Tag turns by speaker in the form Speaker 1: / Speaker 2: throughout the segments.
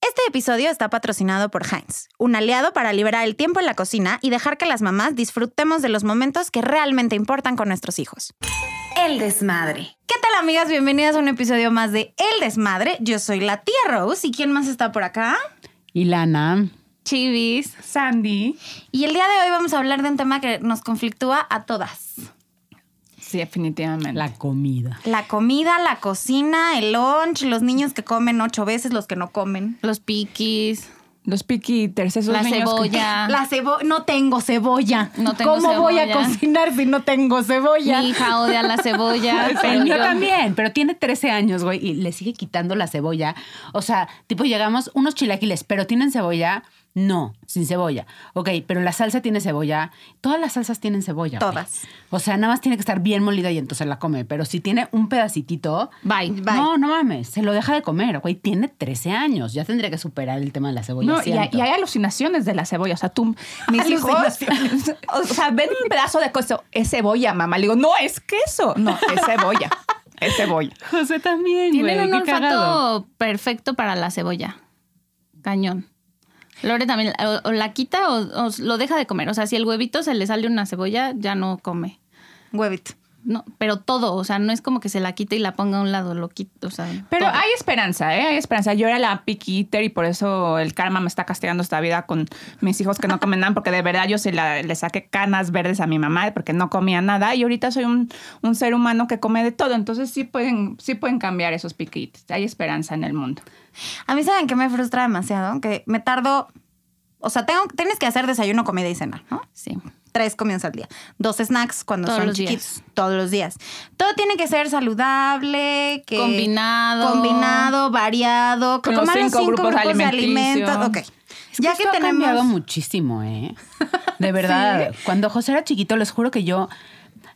Speaker 1: Este episodio está patrocinado por Heinz, un aliado para liberar el tiempo en la cocina y dejar que las mamás disfrutemos de los momentos que realmente importan con nuestros hijos.
Speaker 2: El desmadre.
Speaker 1: ¿Qué tal amigas? Bienvenidas a un episodio más de El Desmadre. Yo soy la tía Rose y ¿quién más está por acá?
Speaker 3: Ilana.
Speaker 1: Chivis.
Speaker 4: Sandy.
Speaker 1: Y el día de hoy vamos a hablar de un tema que nos conflictúa a todas.
Speaker 4: Sí, definitivamente.
Speaker 3: La comida.
Speaker 1: La comida, la cocina, el lunch, los niños que comen ocho veces, los que no comen.
Speaker 2: Los piquis.
Speaker 4: los piquiters, esos
Speaker 2: La
Speaker 4: niños que-
Speaker 2: cebolla.
Speaker 1: La cebolla, no tengo cebolla.
Speaker 2: No tengo
Speaker 1: ¿Cómo voy a
Speaker 2: cebolla.
Speaker 1: cocinar si no tengo cebolla?
Speaker 2: Mi hija odia la cebolla.
Speaker 3: El
Speaker 2: pero
Speaker 3: mío
Speaker 2: yo-
Speaker 3: también, pero tiene 13 años, güey, y le sigue quitando la cebolla. O sea, tipo, llegamos unos chilaquiles, pero tienen cebolla. No, sin cebolla. Ok, pero la salsa tiene cebolla. Todas las salsas tienen cebolla. güey.
Speaker 1: Todas.
Speaker 3: O sea, nada más tiene que estar bien molida y entonces la come. Pero si tiene un pedacitito.
Speaker 2: Bye.
Speaker 3: No, no mames. Se lo deja de comer, güey. Tiene 13 años. Ya tendría que superar el tema de la cebolla.
Speaker 4: No, y, hay-
Speaker 3: siento.
Speaker 4: y hay alucinaciones de la cebolla. O sea, tú, mis hijos, o sea, ven un pedazo de queso. Es cebolla, mamá. Le digo, no, es queso. No, es cebolla. es cebolla.
Speaker 3: José también,
Speaker 2: Tienen
Speaker 3: güey.
Speaker 2: un
Speaker 3: qué
Speaker 2: olfato
Speaker 3: cagado.
Speaker 2: perfecto para la cebolla. Cañón. Lore también o, o la quita o, o lo deja de comer. O sea, si el huevito se le sale una cebolla, ya no come.
Speaker 1: Huevito.
Speaker 2: No, pero todo, o sea, no es como que se la quite y la ponga a un lado, lo quita, o sea.
Speaker 4: Pero
Speaker 2: todo.
Speaker 4: hay esperanza, ¿eh? Hay esperanza. Yo era la piquiter y por eso el karma me está castigando esta vida con mis hijos que no comen nada, porque de verdad yo se la, le saqué canas verdes a mi mamá porque no comía nada y ahorita soy un, un ser humano que come de todo. Entonces sí pueden, sí pueden cambiar esos piquites. Hay esperanza en el mundo.
Speaker 1: A mí saben que me frustra demasiado, que me tardo, o sea, tengo, tienes que hacer desayuno, comida y cena, ¿no?
Speaker 2: Sí.
Speaker 1: Tres comidas al día, dos snacks cuando
Speaker 2: Todos
Speaker 1: son
Speaker 2: los días.
Speaker 1: chiquitos, todos los días. Todo tiene que ser saludable, que
Speaker 2: Combinado.
Speaker 1: combinado, variado, que
Speaker 4: Con los
Speaker 1: coman
Speaker 4: cinco grupos alimenticios.
Speaker 1: Ok.
Speaker 3: Es que esto ha cambiado muchísimo, ¿eh? De verdad. Cuando José era chiquito, les juro que yo,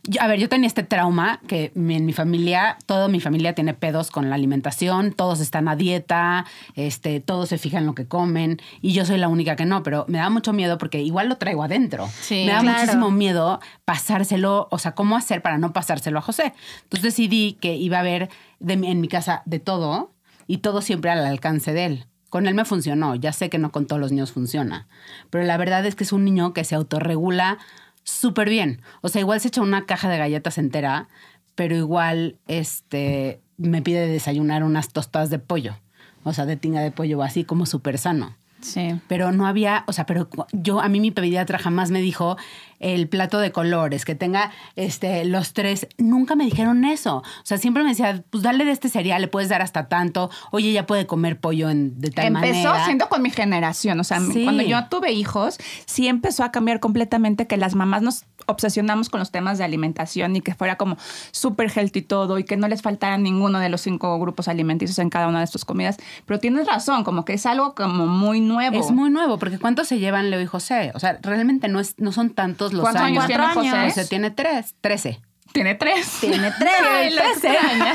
Speaker 3: yo- A ver, yo tenía este trauma que mi- en mi familia, toda mi familia tiene pedos con la alimentación, todos están a dieta, este, todos se fijan en lo que comen y yo soy la única que no, pero me da mucho miedo porque igual lo traigo adentro.
Speaker 2: Sí,
Speaker 3: me da
Speaker 1: claro.
Speaker 3: muchísimo miedo pasárselo, o sea, cómo hacer para no pasárselo a José. Entonces decidí que iba a haber de mi- en mi casa de todo y todo siempre al alcance de él. Con él me funcionó, ya sé que no con todos los niños funciona, pero la verdad es que es un niño que se autorregula súper bien. O sea, igual se echa una caja de galletas entera, pero igual este, me pide desayunar unas tostadas de pollo, o sea, de tinga de pollo, así como súper sano.
Speaker 2: Sí.
Speaker 3: Pero no había, o sea, pero cu- yo, a mí mi pediatra jamás me dijo el plato de colores, que tenga este, los tres. Nunca me dijeron eso. O sea, siempre me decía, pues dale de este cereal, le puedes dar hasta tanto. Oye, ya puede comer pollo en, de tal
Speaker 4: empezó
Speaker 3: manera.
Speaker 4: siendo con mi generación, o sea,
Speaker 3: Sí.
Speaker 4: cuando yo tuve hijos, sí empezó a cambiar completamente que las mamás nos obsesionamos con los temas de alimentación y que fuera como súper healthy todo y que no les faltara ninguno de los cinco grupos alimenticios en cada una de estas comidas. Pero tienes razón, como que es algo como muy nuevo.
Speaker 3: Es muy nuevo, porque ¿cuántos se llevan Leo y José? O sea, realmente no, es, no son tantos los
Speaker 4: ¿Cuántos años
Speaker 3: años.
Speaker 4: tiene
Speaker 1: Cuatro
Speaker 4: José?
Speaker 1: años.
Speaker 3: José tiene tres, trece.
Speaker 4: Tiene tres.
Speaker 1: Tiene tres.
Speaker 4: Ay, lo
Speaker 1: Trece.
Speaker 4: extraña.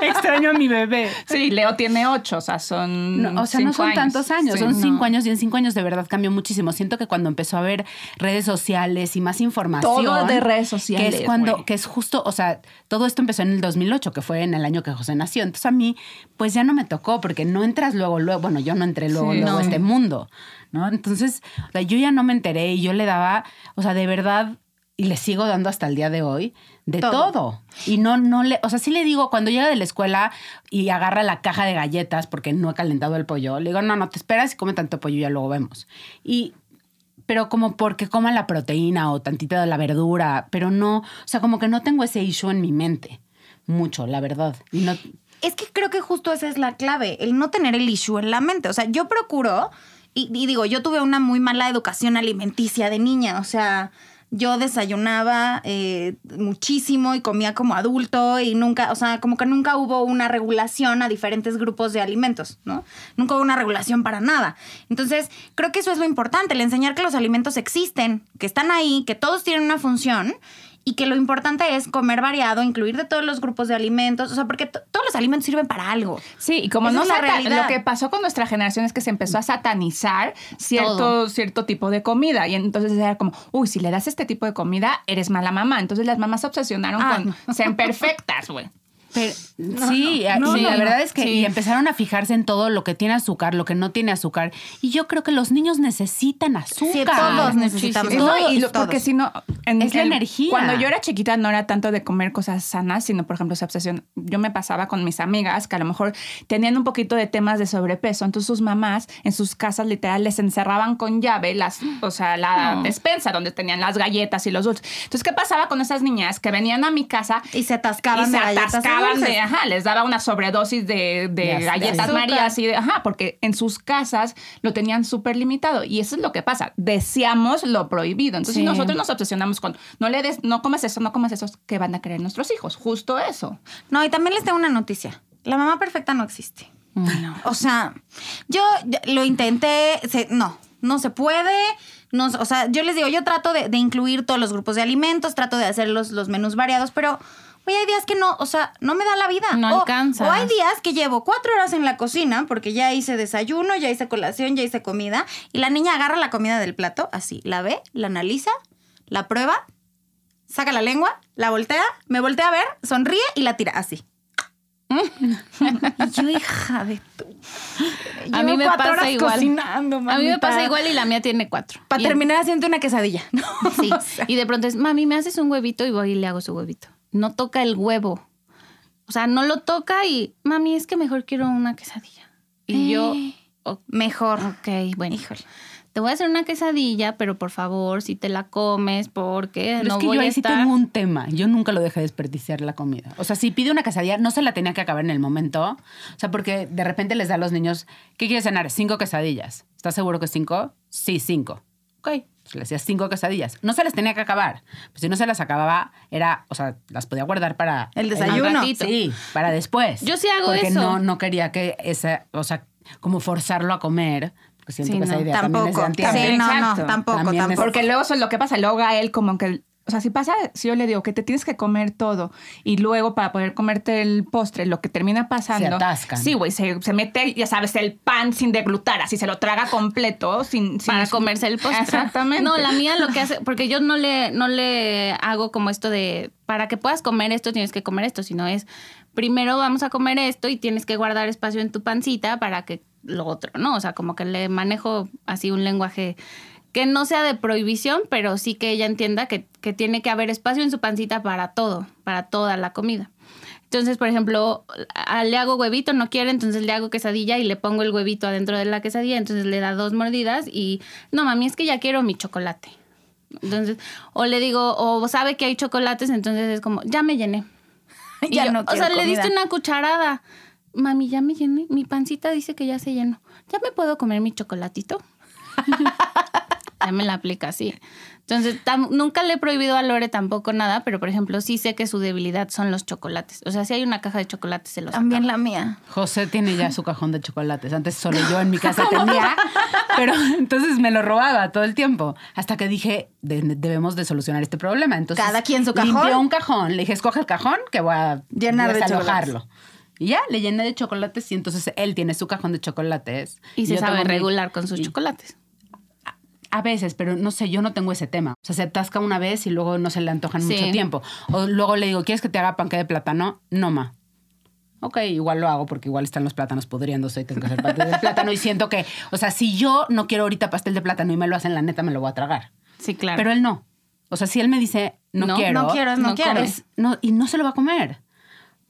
Speaker 3: Extraño a mi bebé.
Speaker 4: Sí, Leo tiene ocho, o sea, son
Speaker 3: No, o sea, no
Speaker 4: cinco
Speaker 3: son tantos años,
Speaker 4: Sí.
Speaker 3: son
Speaker 4: No.
Speaker 3: cinco años y en cinco años de verdad cambió muchísimo. Siento que cuando empezó a haber redes sociales y más información.
Speaker 4: Todo de redes sociales,
Speaker 3: Que es cuando,
Speaker 4: güey.
Speaker 3: que es justo, o sea, todo esto empezó en el 2008, que fue en el año que José nació. Entonces a mí, pues ya no me tocó, porque no entras luego, luego, bueno, yo no entré luego,
Speaker 4: Sí,
Speaker 3: luego
Speaker 4: no.
Speaker 3: a este mundo, ¿no? Entonces, o sea, yo ya no me enteré y yo le daba, o sea, de verdad, y le sigo dando hasta el día de hoy, de
Speaker 1: Todo.
Speaker 3: todo todo. Y no, no le, o sea, sí le digo, cuando llega de la escuela y agarra la caja de galletas porque no ha calentado el pollo, le digo, no, no te esperas y come tanto pollo, ya luego vemos. Y, pero como porque coma la proteína o tantita de la verdura, pero no, o sea, como que no tengo ese issue en mi mente. Mucho, la verdad. Y no,
Speaker 1: Es que creo que justo esa es la clave, el no tener el issue en la mente. O sea, yo procuro, y, y digo, yo tuve una muy mala educación alimenticia de niña, o sea, yo desayunaba eh, muchísimo y comía como adulto y nunca, o sea, como que nunca hubo una regulación a diferentes grupos de alimentos, ¿no? Nunca hubo una regulación para nada. Entonces, creo que eso es lo importante, el enseñar que los alimentos existen, que están ahí, que todos tienen una función y que lo importante es comer variado, incluir de todos los grupos de alimentos, o sea, porque to- todos los alimentos sirven para algo.
Speaker 4: Sí, y como
Speaker 1: Esa
Speaker 4: no
Speaker 1: es la
Speaker 4: sata-
Speaker 1: realidad.
Speaker 4: lo que pasó con nuestra generación es que se empezó a satanizar cierto,
Speaker 2: Todo.
Speaker 4: cierto tipo de comida. Y entonces era como, uy, si le das este tipo de comida, eres mala mamá. Entonces las mamás se obsesionaron
Speaker 1: Ah,
Speaker 4: con ser perfectas, güey.
Speaker 3: Pero, sí, a-
Speaker 2: no,
Speaker 3: sí,
Speaker 2: no,
Speaker 3: la
Speaker 2: no.
Speaker 3: verdad es que
Speaker 2: Sí.
Speaker 3: y empezaron a fijarse en todo lo que tiene azúcar, lo que no tiene azúcar. Y yo creo que los niños necesitan azúcar.
Speaker 1: Sí, todos necesitamos.
Speaker 4: No, y lo-
Speaker 1: todos.
Speaker 4: porque si no. en
Speaker 3: Es la energía.
Speaker 4: Cuando yo era chiquita no era tanto de comer cosas sanas, sino, por ejemplo, esa obsesión. Yo me pasaba con mis amigas que a lo mejor tenían un poquito de temas de sobrepeso. Entonces sus mamás en sus casas literal les encerraban con llave las, o sea, la
Speaker 2: No.
Speaker 4: despensa donde tenían las galletas y los dulces. Entonces, ¿qué pasaba con esas niñas que venían a mi casa
Speaker 1: Y se atascaban
Speaker 4: y
Speaker 1: de
Speaker 4: se
Speaker 1: galletas y
Speaker 4: atascaban
Speaker 1: dulces.
Speaker 4: de, ajá, les daba una sobredosis de, de
Speaker 3: De az- de
Speaker 4: galletas
Speaker 3: azúcar.
Speaker 4: marías y de, ajá, porque en sus casas lo tenían súper limitado y eso es lo que pasa, deseamos lo prohibido, entonces
Speaker 2: Sí.
Speaker 4: nosotros nos obsesionamos con, no le des, no comas eso, no comas eso, que van a creer nuestros hijos, justo eso.
Speaker 1: No, y también les tengo una noticia. La mamá perfecta no existe. O sea, yo ya- lo intenté, se- no, no se puede. No, se- o sea, yo les digo, yo trato de, de incluir todos los grupos de alimentos, trato de hacer los, los menús variados, pero güey, hay días que no, o sea, no me da la vida.
Speaker 2: No
Speaker 1: O-
Speaker 2: alcanzas.
Speaker 1: O hay días que llevo cuatro horas en la cocina porque ya hice desayuno, ya hice colación, ya hice comida, y la niña agarra la comida del plato, así, la ve, la analiza, la prueba, saca la lengua, la voltea, me voltea a ver, sonríe y la tira así. Y yo, hija de tú.
Speaker 2: A mí me pasa igual.
Speaker 1: Cocinando,
Speaker 2: A mí me
Speaker 1: mamita.
Speaker 2: pasa igual y la mía tiene cuatro.
Speaker 1: Para
Speaker 2: Y-
Speaker 1: terminar haciendo una quesadilla. ¿no?
Speaker 2: Sí.
Speaker 1: O sea,
Speaker 2: Y de pronto es, mami, me haces un huevito y voy y le hago su huevito. No toca el huevo. O sea, no lo toca y, mami, es que mejor quiero una quesadilla. Y yo,
Speaker 3: Eh.
Speaker 2: "O-
Speaker 1: mejor.
Speaker 2: ok, bueno.
Speaker 1: Eh. Híjole.
Speaker 2: Te voy a hacer una quesadilla, pero por favor, si te la comes, porque
Speaker 3: Pero
Speaker 2: no
Speaker 3: es que
Speaker 2: voy
Speaker 3: yo
Speaker 2: a
Speaker 3: ahí sí
Speaker 2: estar.
Speaker 3: tengo un tema. Yo nunca lo dejé desperdiciar la comida. O sea, si pide una quesadilla, no se la tenía que acabar en el momento. O sea, porque de repente les da a los niños, ¿qué quieres cenar? Cinco quesadillas. ¿Estás seguro que cinco? Sí, cinco. Ok. Pues le hacías cinco quesadillas. No se las tenía que acabar. Pues si no se las acababa, era, o sea, las podía guardar para
Speaker 1: El
Speaker 2: Al
Speaker 1: desayuno.
Speaker 2: ratito.
Speaker 3: Sí, para después.
Speaker 2: Yo sí hago
Speaker 3: porque
Speaker 2: eso.
Speaker 3: no, no quería que esa, o sea, como forzarlo a comer. Porque siento
Speaker 2: Sí,
Speaker 3: que esa
Speaker 2: no,
Speaker 3: idea también es de
Speaker 1: Tampoco.
Speaker 3: antier.
Speaker 1: Sí, no, no,
Speaker 4: Exacto.
Speaker 1: tampoco,
Speaker 3: También es-
Speaker 1: tampoco.
Speaker 4: Porque luego eso es lo que pasa, luego a él como que, o sea, si pasa, si yo le digo que te tienes que comer todo y luego para poder comerte el postre, lo que termina pasando.
Speaker 3: Se atascan.
Speaker 4: Sí, güey, se, se mete, ya sabes, el pan sin deglutar, así se lo traga completo, sin... sin-
Speaker 2: para comerse el postre.
Speaker 4: Exactamente.
Speaker 2: No, la mía lo que hace, porque yo no le, no le hago como esto de, para que puedas comer esto tienes que comer esto, sino es, primero vamos a comer esto y tienes que guardar espacio en tu pancita para que lo otro, ¿no? O sea, como que le manejo así un lenguaje que no sea de prohibición, pero sí que ella entienda que, que tiene que haber espacio en su pancita para todo, para toda la comida. Entonces, por ejemplo, a- le hago huevito, no quiere, entonces le hago quesadilla y le pongo el huevito adentro de la quesadilla, entonces le da dos mordidas y no, mami, es que ya quiero mi chocolate. Entonces, o le digo, o sabe que hay chocolates, entonces es como, ya me llené. Y
Speaker 1: ya
Speaker 2: yo,
Speaker 1: no
Speaker 2: o sea,
Speaker 1: quiero
Speaker 2: le diste
Speaker 1: comida.
Speaker 2: una cucharada. Mami, ya me llené, mi pancita dice que ya se llenó. ¿Ya me puedo comer mi chocolatito? ya me la aplica así. Entonces, tam- nunca le he prohibido a Lore tampoco nada, pero por ejemplo, sí sé que su debilidad son los chocolates. O sea, si hay una caja de chocolates, se los
Speaker 1: También
Speaker 2: acaba.
Speaker 1: la mía.
Speaker 3: José tiene ya su cajón de chocolates. Antes solo yo en mi casa tenía, pero entonces me lo robaba todo el tiempo. Hasta que dije, de- debemos de solucionar este problema. Entonces,
Speaker 1: Cada quien su cajón.
Speaker 3: Limpié un cajón. Le dije, escoge el cajón que voy a
Speaker 1: Llenar de
Speaker 3: desalojarlo". Y ya, le llené de chocolates y entonces él tiene su cajón de chocolates.
Speaker 2: Y se
Speaker 3: yo
Speaker 2: sabe
Speaker 3: tengo mi-
Speaker 2: regular con sus
Speaker 3: y-
Speaker 2: chocolates.
Speaker 3: A veces, pero no sé, yo no tengo ese tema. O sea, se atasca una vez y luego no se le antojan
Speaker 2: Sí.
Speaker 3: mucho tiempo. O luego le digo, ¿quieres que te haga panque de plátano? No, ma. Ok, igual lo hago porque igual están los plátanos pudriéndose y tengo que hacer pastel de plátano. Y siento que, o sea, si yo no quiero ahorita pastel de plátano y me lo hacen, la neta me lo voy a tragar.
Speaker 2: Sí, claro.
Speaker 3: Pero él no. O sea, si él me dice, no,
Speaker 2: No,
Speaker 3: quiero.
Speaker 1: no quiero, es no,
Speaker 2: no
Speaker 1: quiero.
Speaker 2: come.
Speaker 1: Es-
Speaker 3: no, y no se lo va a comer.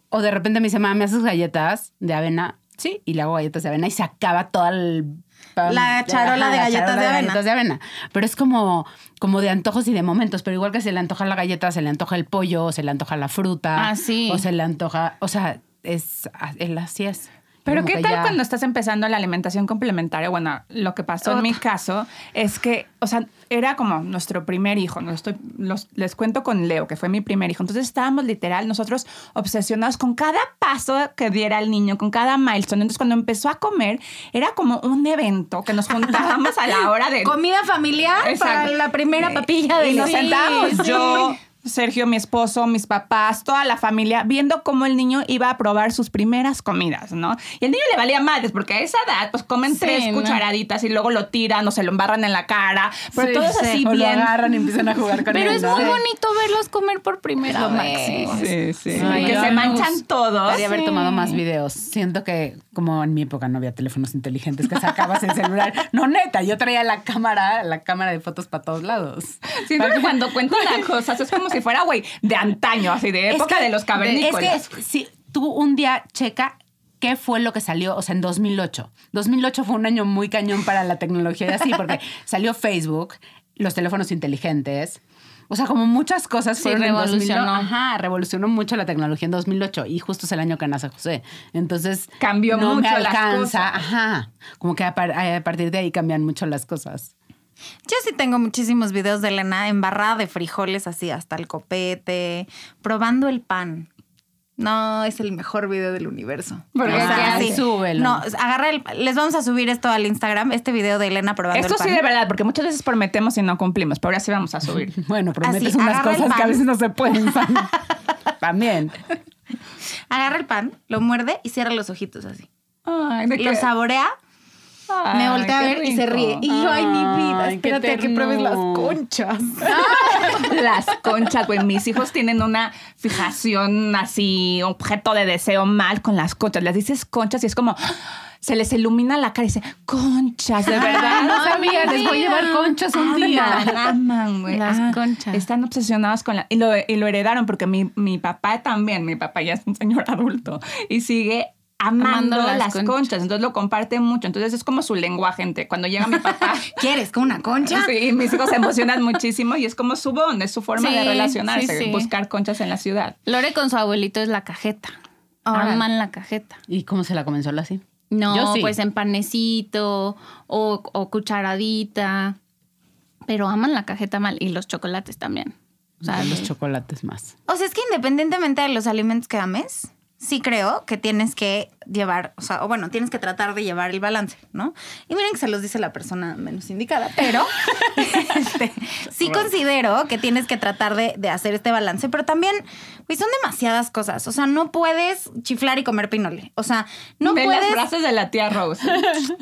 Speaker 3: O de repente me dice, mamá, ¿me haces galletas de avena? Sí. Y le hago galletas de avena y se acaba toda el-
Speaker 1: La charola de galletas de avena.
Speaker 3: galletas de avena. Pero es como, como de antojos y de momentos. Pero igual que se le antoja la galleta, se le antoja el pollo, o se le antoja la fruta.
Speaker 2: Ah, sí.
Speaker 3: O se le antoja... O sea, es, él así es.
Speaker 4: Pero
Speaker 3: Como
Speaker 4: ¿qué
Speaker 3: que
Speaker 4: tal
Speaker 3: ya-
Speaker 4: cuando estás empezando la alimentación complementaria? Bueno, lo que pasó en mi caso es que, o sea, era como nuestro primer hijo. ¿no? Estoy- los- les cuento con Leo, que fue mi primer hijo. Entonces estábamos literal nosotros obsesionados con cada paso que diera el niño, con cada milestone. Entonces cuando empezó a comer, era como un evento que nos juntábamos a la hora de...
Speaker 1: Comida familiar para
Speaker 4: Exacto.
Speaker 3: Eh,
Speaker 1: la primera papilla
Speaker 4: Y
Speaker 1: de
Speaker 4: nos sentábamos yo, Sergio, mi esposo, mis papás, toda la familia, viendo cómo el niño iba a probar sus primeras comidas, ¿no? Y el niño le valía madres, porque a esa edad, pues comen
Speaker 2: Sí,
Speaker 4: tres
Speaker 2: ¿no?
Speaker 4: cucharaditas y luego lo tiran o se lo embarran en la cara. Pero
Speaker 3: Sí,
Speaker 4: todo es
Speaker 2: sí.
Speaker 4: así
Speaker 3: o lo
Speaker 4: bien.
Speaker 3: agarran y empiezan a jugar con
Speaker 2: Pero
Speaker 3: él,
Speaker 2: es
Speaker 3: ¿no?
Speaker 2: muy
Speaker 3: Sí.
Speaker 2: bonito verlos comer por primera
Speaker 1: lo
Speaker 2: vez.
Speaker 1: máximo.
Speaker 4: Sí, sí.
Speaker 3: Ay,
Speaker 4: que
Speaker 3: yo
Speaker 4: se
Speaker 3: me
Speaker 4: manchan
Speaker 2: gusta.
Speaker 4: todos.
Speaker 3: Debería haber tomado
Speaker 2: Sí.
Speaker 3: más videos. Siento que, como en mi época no había teléfonos inteligentes que sacabas el celular. No, neta, yo traía la cámara, la cámara de fotos para todos lados.
Speaker 4: Siento que cuando cuento las cosas es como si fuera, güey, de antaño, así de
Speaker 3: Es
Speaker 4: época
Speaker 3: que-
Speaker 4: de los cavernícolas.
Speaker 3: Es que si tú un día checa qué fue lo que salió, o sea, en 2008. 2008 fue un año muy cañón para la tecnología y así, porque salió Facebook, los teléfonos inteligentes. O sea, como muchas cosas
Speaker 2: Sí,
Speaker 3: fueron en 2008.
Speaker 2: revolucionó.
Speaker 3: Ajá, revolucionó mucho la tecnología en 2008 y justo es el año que nace José. Entonces
Speaker 4: Cambió
Speaker 3: no me
Speaker 4: mucho las
Speaker 3: alcanza.
Speaker 4: cosas.
Speaker 3: Ajá, como que a, par- a partir de ahí cambian mucho las cosas.
Speaker 1: Yo sí tengo muchísimos videos de Elena embarrada de frijoles así hasta el copete, probando el pan. No, es el mejor video del universo.
Speaker 4: Porque ya
Speaker 3: súbelo.
Speaker 1: No, agarra el, les vamos a subir esto al Instagram, este video de Elena probando
Speaker 4: Esto
Speaker 1: el pan.
Speaker 4: sí de verdad, porque muchas veces prometemos y no cumplimos, pero ahora sí vamos a subir.
Speaker 3: Bueno, prometes
Speaker 1: Así,
Speaker 3: unas
Speaker 1: agarra el
Speaker 3: cosas que a
Speaker 1: pan.
Speaker 3: veces no se pueden. Sam. También.
Speaker 1: Agarra el pan, lo muerde y cierra los ojitos así.
Speaker 4: Ay, de
Speaker 1: Lo
Speaker 4: que-
Speaker 1: saborea,
Speaker 4: Ay,
Speaker 1: me voltea a
Speaker 4: qué
Speaker 1: ver y se
Speaker 4: rico.
Speaker 1: ríe. Y yo, ay, mi vida,
Speaker 3: Ay, qué
Speaker 1: espérate a que pruebes las
Speaker 3: ternura.
Speaker 1: conchas.
Speaker 4: Las conchas, güey. Mis hijos tienen una fijación así, objeto de deseo mal con las conchas. Les dices conchas y es como ¡ah! se les ilumina la cara y dice, conchas, de verdad.
Speaker 3: Ah, no sabía, les voy a llevar conchas un día.
Speaker 4: Aman, aman, güey.
Speaker 2: Las
Speaker 4: Ah,
Speaker 2: conchas.
Speaker 4: Están obsesionados con la. Y lo, y lo heredaron porque mi, mi papá también, mi papá ya es un señor adulto y sigue.
Speaker 2: Amando
Speaker 4: Amando,
Speaker 2: las
Speaker 4: las conchas.
Speaker 2: conchas.
Speaker 4: entonces lo comparte mucho. Entonces es como su lenguaje, gente. Cuando llega mi papá,
Speaker 1: ¿Quieres con una concha?
Speaker 4: Sí, mis hijos se emocionan muchísimo y es como su bond, es su forma de
Speaker 2: Sí,
Speaker 4: relacionarse,
Speaker 2: sí, sí.
Speaker 4: buscar conchas en la ciudad.
Speaker 2: Lore con su abuelito es la cajeta.
Speaker 1: Órale.
Speaker 2: Aman la cajeta.
Speaker 3: ¿Y cómo se la comenzó la así?
Speaker 2: No,
Speaker 3: Yo sí.
Speaker 1: em,
Speaker 2: pues en panecito o, o cucharadita. Pero aman la cajeta mal y los chocolates también. O sea,
Speaker 3: los
Speaker 1: eh.
Speaker 2: de-
Speaker 3: chocolates más.
Speaker 1: O sea, es que independientemente de los alimentos que ames, sí creo que tienes que llevar, o sea, o bueno, tienes que tratar de llevar el balance, ¿no? Y miren que se los dice la persona menos indicada, pero este, sí considero que tienes que tratar de, de hacer este balance, pero también, pues son demasiadas cosas, o sea, no puedes chiflar y comer pinole, o sea, no
Speaker 4: Ve las
Speaker 1: puedes...
Speaker 4: frases de la tía Rose.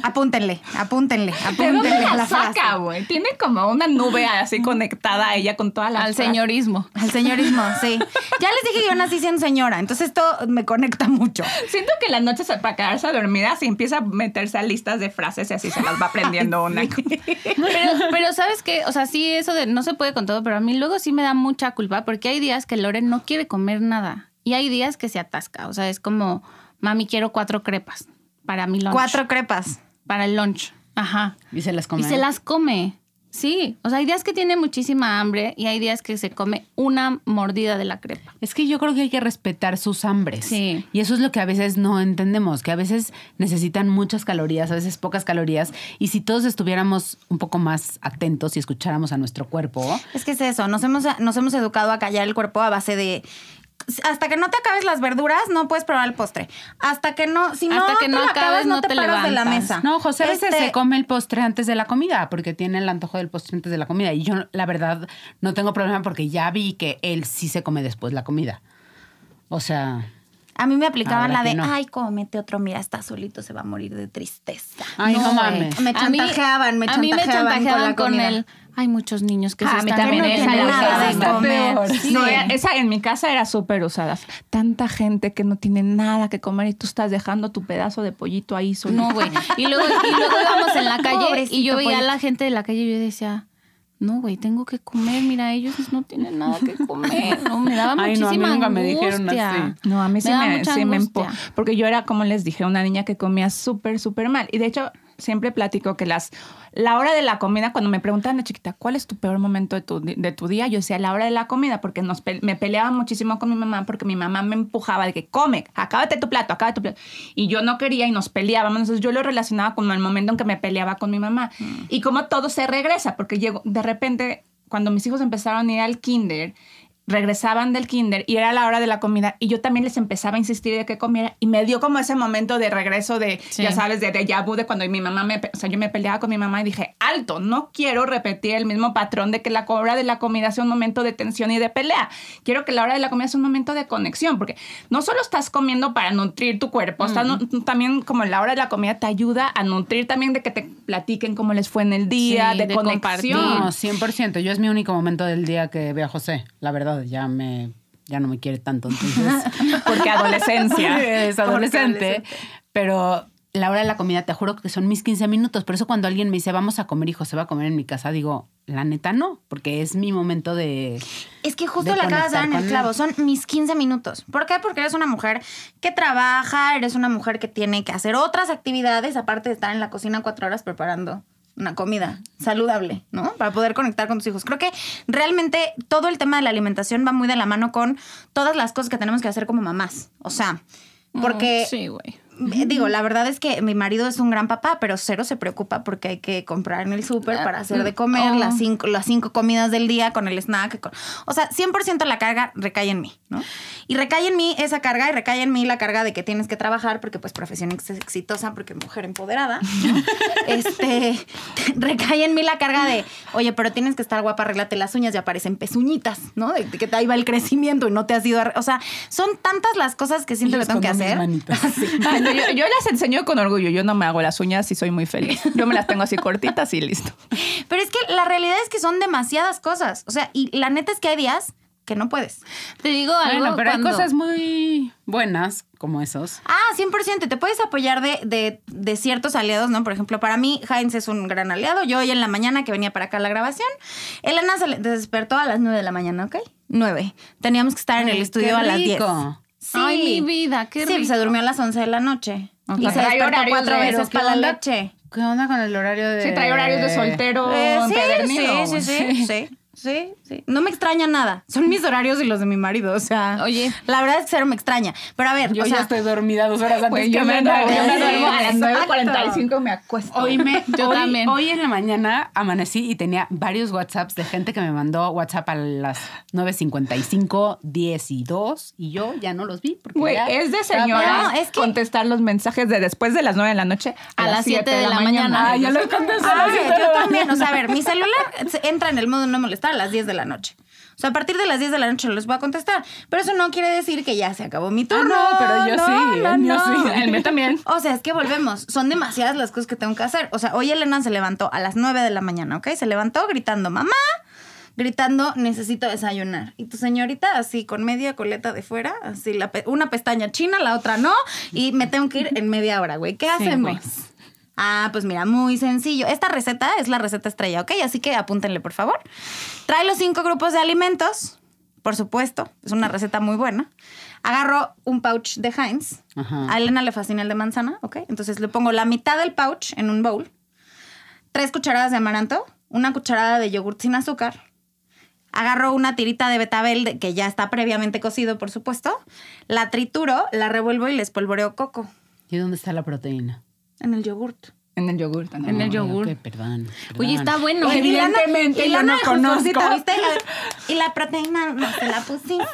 Speaker 1: Apúntenle, apúntenle,
Speaker 4: ¿De dónde
Speaker 1: apúntenle
Speaker 4: la
Speaker 1: la
Speaker 4: saca,
Speaker 1: frase.
Speaker 4: güey? Tiene como una nube así conectada a ella con toda la
Speaker 2: al señorismo.
Speaker 1: Al señorismo, sí. Ya les dije que yo nací siendo señora, entonces esto me conecta mucho.
Speaker 4: Siento que las noches para quedarse dormida si empieza a meterse a listas de frases y así se las va aprendiendo una.
Speaker 2: Pero, pero sabes que, o sea, sí, eso de no se puede con todo, pero a mí luego sí me da mucha culpa porque hay días que Lore no quiere comer nada y hay días que se atasca. O sea, es como, mami, quiero cuatro crepas para mi lunch.
Speaker 1: Cuatro crepas.
Speaker 2: Para el lunch. Ajá.
Speaker 3: Y se las come.
Speaker 2: Y se las come. Sí. O sea, hay días que tiene muchísima hambre y hay días que se come una mordida de la crepa.
Speaker 3: Es que yo creo que hay que respetar sus hambres.
Speaker 2: Sí.
Speaker 3: Y eso es lo que a veces no entendemos, que a veces necesitan muchas calorías, a veces pocas calorías. Y si todos estuviéramos un poco más atentos y escucháramos a nuestro cuerpo,
Speaker 1: Es que es eso, nos hemos, nos hemos educado a callar el cuerpo a base de... Hasta que no te acabes las verduras, no puedes probar el postre. Hasta que no, si no,
Speaker 2: Hasta
Speaker 1: te
Speaker 2: que no
Speaker 1: lo
Speaker 2: acabes,
Speaker 1: acabas, no
Speaker 2: no
Speaker 1: te,
Speaker 2: te
Speaker 1: paras de la
Speaker 2: levantas.
Speaker 1: mesa.
Speaker 3: No, José a veces
Speaker 1: Este,
Speaker 3: se come el postre antes de la comida porque tiene el antojo del postre antes de la comida. Y yo, la verdad, no tengo problema porque ya vi que él sí se come después la comida. O sea.
Speaker 1: A mí me aplicaban la
Speaker 3: Ahora
Speaker 1: de,
Speaker 3: que no.
Speaker 1: ay, cómete otro, mira, está solito, se va a morir de tristeza.
Speaker 3: Ay, no,
Speaker 2: güey.
Speaker 3: mames.
Speaker 1: Me
Speaker 2: A mí-
Speaker 1: chantajeaban, me
Speaker 2: a mí
Speaker 1: chantajeaban con la
Speaker 2: con,
Speaker 1: comida.
Speaker 2: el. Hay muchos niños que
Speaker 4: Ah,
Speaker 2: se
Speaker 4: a mí
Speaker 2: están
Speaker 4: también
Speaker 2: que no
Speaker 4: esa
Speaker 2: tienen
Speaker 4: la
Speaker 2: nada de
Speaker 4: usaban.
Speaker 2: comer.
Speaker 3: peor.
Speaker 1: Sí.
Speaker 4: No, era- esa en mi casa era súper usada. Tanta gente que no tiene nada que comer y tú estás dejando tu pedazo de pollito ahí solito.
Speaker 2: No, güey. Y luego, y luego íbamos en la calle
Speaker 1: Pobrecito
Speaker 2: y yo veía a
Speaker 1: pollito.
Speaker 2: la gente de la calle y yo decía, no, güey, tengo que comer. Mira, ellos no tienen nada que comer. No, me daba
Speaker 3: Ay, no, a mí
Speaker 2: muchísima
Speaker 3: nunca me
Speaker 2: angustia.
Speaker 3: dijeron así.
Speaker 4: No, a mí sí
Speaker 2: daba
Speaker 4: me,
Speaker 2: mucha
Speaker 4: sí me
Speaker 2: angustia.
Speaker 4: empo- Porque yo era, como les dije, una niña que comía súper, súper mal. Y de hecho, siempre platico que las la hora de la comida, cuando me preguntaban de chiquita, ¿cuál es tu peor momento de tu, di- de tu día? Yo decía, la hora de la comida, porque nos pe- me peleaba muchísimo con mi mamá, porque mi mamá me empujaba de que come, acábate tu plato, acábate tu plato. Y yo no quería y nos peleábamos. Entonces yo lo relacionaba con el momento en que me peleaba con mi mamá.
Speaker 2: Mm.
Speaker 4: Y como todo se regresa, porque llego, de repente, cuando mis hijos empezaron a ir al kinder, regresaban del kinder y era la hora de la comida y yo también les empezaba a insistir de que comiera y me dio como ese momento de regreso de,
Speaker 2: Sí.
Speaker 4: ya sabes, de déjà vu de cuando mi mamá me, pe- o sea, yo me peleaba con mi mamá y dije, alto. No quiero repetir el mismo patrón de que la hora de la comida sea un momento de tensión y de pelea. Quiero que la hora de la comida sea un momento de conexión, porque no solo estás comiendo para nutrir tu cuerpo, estás nu- también como la hora de la comida te ayuda a nutrir también de que te platiquen cómo les fue en el día,
Speaker 2: Sí,
Speaker 4: de,
Speaker 2: de
Speaker 4: conexión.
Speaker 2: compartir.
Speaker 3: No, 100%. Yo es mi único momento del día que veo a José. La verdad, ya me ya no me quiere tanto. Entonces,
Speaker 4: Porque adolescencia.
Speaker 3: es adolescente.
Speaker 1: adolescente.
Speaker 3: Pero la hora de la comida, te juro que son mis 15 minutos. Por eso cuando alguien me dice, vamos a comer y José va a comer en mi casa, digo, la neta no, porque es mi momento de...
Speaker 1: Es que justo
Speaker 3: de
Speaker 1: le acabas de dar en
Speaker 3: conectar
Speaker 1: el
Speaker 3: con
Speaker 1: clavo.
Speaker 3: él.
Speaker 1: Son mis 15 minutos. ¿Por qué? Porque eres una mujer que trabaja, eres una mujer que tiene que hacer otras actividades, aparte de estar en la cocina cuatro horas preparando una comida saludable, ¿no? Para poder conectar con tus hijos. Creo que realmente todo el tema de la alimentación va muy de la mano con todas las cosas que tenemos que hacer como mamás. O sea,
Speaker 4: Mm,
Speaker 1: porque
Speaker 2: Sí, güey.
Speaker 1: eh, Digo, la verdad es que mi marido es un gran papá, pero cero se preocupa porque hay que comprar en el súper para hacer de comer
Speaker 2: Oh.
Speaker 1: las, cinco, las cinco comidas del día con el snack. con- o sea, 100% la carga recae en mí, ¿no? Y recae en mí esa carga y recae en mí la carga de que tienes que trabajar porque pues profesión ex- exitosa, porque mujer empoderada. ¿no? este, recae en mí la carga de, oye, pero tienes que estar guapa, arréglate las uñas, ya parecen pezuñitas, ¿no? De, de que ahí va el crecimiento y no te has ido a... O sea, son tantas las cosas que siento
Speaker 3: Yo
Speaker 1: que tengo que
Speaker 3: escondo mis
Speaker 1: hacer.
Speaker 3: manitas.
Speaker 1: Sí.
Speaker 4: Ah, no, yo, yo las enseño con orgullo. Yo no me hago las uñas y soy muy feliz. Yo me las tengo así cortitas y listo.
Speaker 1: Pero es que la realidad es que son demasiadas cosas. O sea, y la neta es que hay días que no puedes.
Speaker 2: Te digo algo.
Speaker 3: Bueno, pero
Speaker 2: cuando-
Speaker 3: hay cosas muy buenas como esos.
Speaker 1: Ah, 100%. Te puedes apoyar de, de, de ciertos aliados, ¿no? Por ejemplo, para mí, Heinz es un gran aliado. Yo hoy en la mañana que venía para acá a la grabación, Elena se le- despertó a las 9 de la mañana, ¿ok? 9. Teníamos que estar en el
Speaker 3: Ay,
Speaker 1: estudio
Speaker 3: qué
Speaker 1: a las 10.
Speaker 3: rico.
Speaker 1: Sí.
Speaker 2: Ay, mi vida, qué
Speaker 1: Sí, pues, se
Speaker 2: rico.
Speaker 1: durmió a las 11 de la noche.
Speaker 4: Ok.
Speaker 1: Y se
Speaker 4: Trae
Speaker 1: despertó
Speaker 4: horario
Speaker 1: cuatro
Speaker 4: de-
Speaker 1: veces
Speaker 3: Pero, ¿qué
Speaker 1: para la
Speaker 3: onda?
Speaker 1: noche.
Speaker 3: ¿Qué onda con el horario de...?
Speaker 4: Sí, trae horarios de soltero
Speaker 1: Eh, sí,
Speaker 4: empedernido.
Speaker 1: sí, sí, sí, sí, sí, sí. No me extraña nada. Son mis horarios y los de mi marido, o sea.
Speaker 2: Oye.
Speaker 1: La verdad es que cero me extraña. Pero a ver,
Speaker 3: Yo
Speaker 1: o
Speaker 3: ya
Speaker 1: sea,
Speaker 3: estoy dormida dos horas antes
Speaker 4: Güey,
Speaker 3: que
Speaker 4: pues yo me,
Speaker 3: me
Speaker 4: duermo- yo me
Speaker 1: Sí,
Speaker 4: duermo a las
Speaker 1: exacto.
Speaker 4: 9.45 me acuesto.
Speaker 3: Hoy me,
Speaker 2: Yo
Speaker 3: hoy-
Speaker 2: también.
Speaker 3: Hoy en la mañana amanecí y tenía varios WhatsApps de gente que me mandó WhatsApp a las 9.55, 10 y 2 y yo ya no los vi. Porque
Speaker 4: Güey,
Speaker 3: ya
Speaker 4: es de
Speaker 3: estaba-
Speaker 4: señoras
Speaker 1: No, es que-
Speaker 4: contestar los mensajes de después de las 9 de la noche a,
Speaker 2: A las 7 de la mañana.
Speaker 4: Ah, ya lo contesté a las
Speaker 1: ay,
Speaker 4: 7 de
Speaker 1: yo
Speaker 4: la
Speaker 1: también.
Speaker 4: mañana.
Speaker 1: O sea, a ver, mi celular se- entra en el modo no molestar a las 10 de la noche. O sea, a partir de las 10 de la noche les voy a contestar. Pero eso no quiere decir que ya se acabó mi
Speaker 3: Ah,
Speaker 1: turno.
Speaker 3: no, pero yo
Speaker 1: No,
Speaker 3: sí,
Speaker 1: no,
Speaker 3: el mío
Speaker 1: no.
Speaker 3: sí.
Speaker 4: El mío también.
Speaker 1: O sea, es que volvemos. Son demasiadas las cosas que tengo que hacer. O sea, hoy Elena se levantó a las 9 de la mañana, ¿ok? Se levantó gritando, mamá, gritando, necesito desayunar. Y tu señorita, así, con media coleta de fuera, así, la pe- una pestaña china, la otra no, y me tengo que ir en media hora, güey. ¿Qué hacemos?
Speaker 3: güey.
Speaker 1: Ah, pues mira, muy sencillo. Esta receta es la receta estrella, ¿ok? Así que apúntenle, por favor. Trae los cinco grupos de alimentos, por supuesto. Es una receta muy buena. Agarro un pouch de Heinz.
Speaker 3: Ajá.
Speaker 1: A Elena le fascina el de manzana, ¿ok? Entonces le pongo la mitad del pouch en un bowl, tres cucharadas de amaranto, una cucharada de yogurt sin azúcar, agarro una tirita de betabel de- que ya está previamente cocido, por supuesto, la trituro, la revuelvo y le espolvoreo coco
Speaker 3: ¿Y dónde está la proteína?
Speaker 1: en el yogurt.
Speaker 4: En el yogur también.
Speaker 2: En el
Speaker 3: Ah,
Speaker 2: yogur.
Speaker 3: ok, perdón,
Speaker 2: Oye,
Speaker 3: perdón.
Speaker 2: está bueno. ¿eh?
Speaker 1: Y la-
Speaker 4: Evidentemente,
Speaker 1: y
Speaker 4: yo
Speaker 1: la
Speaker 4: no
Speaker 1: de Jojoncita,
Speaker 4: conozco.
Speaker 1: ¿viste? Y la proteína no te la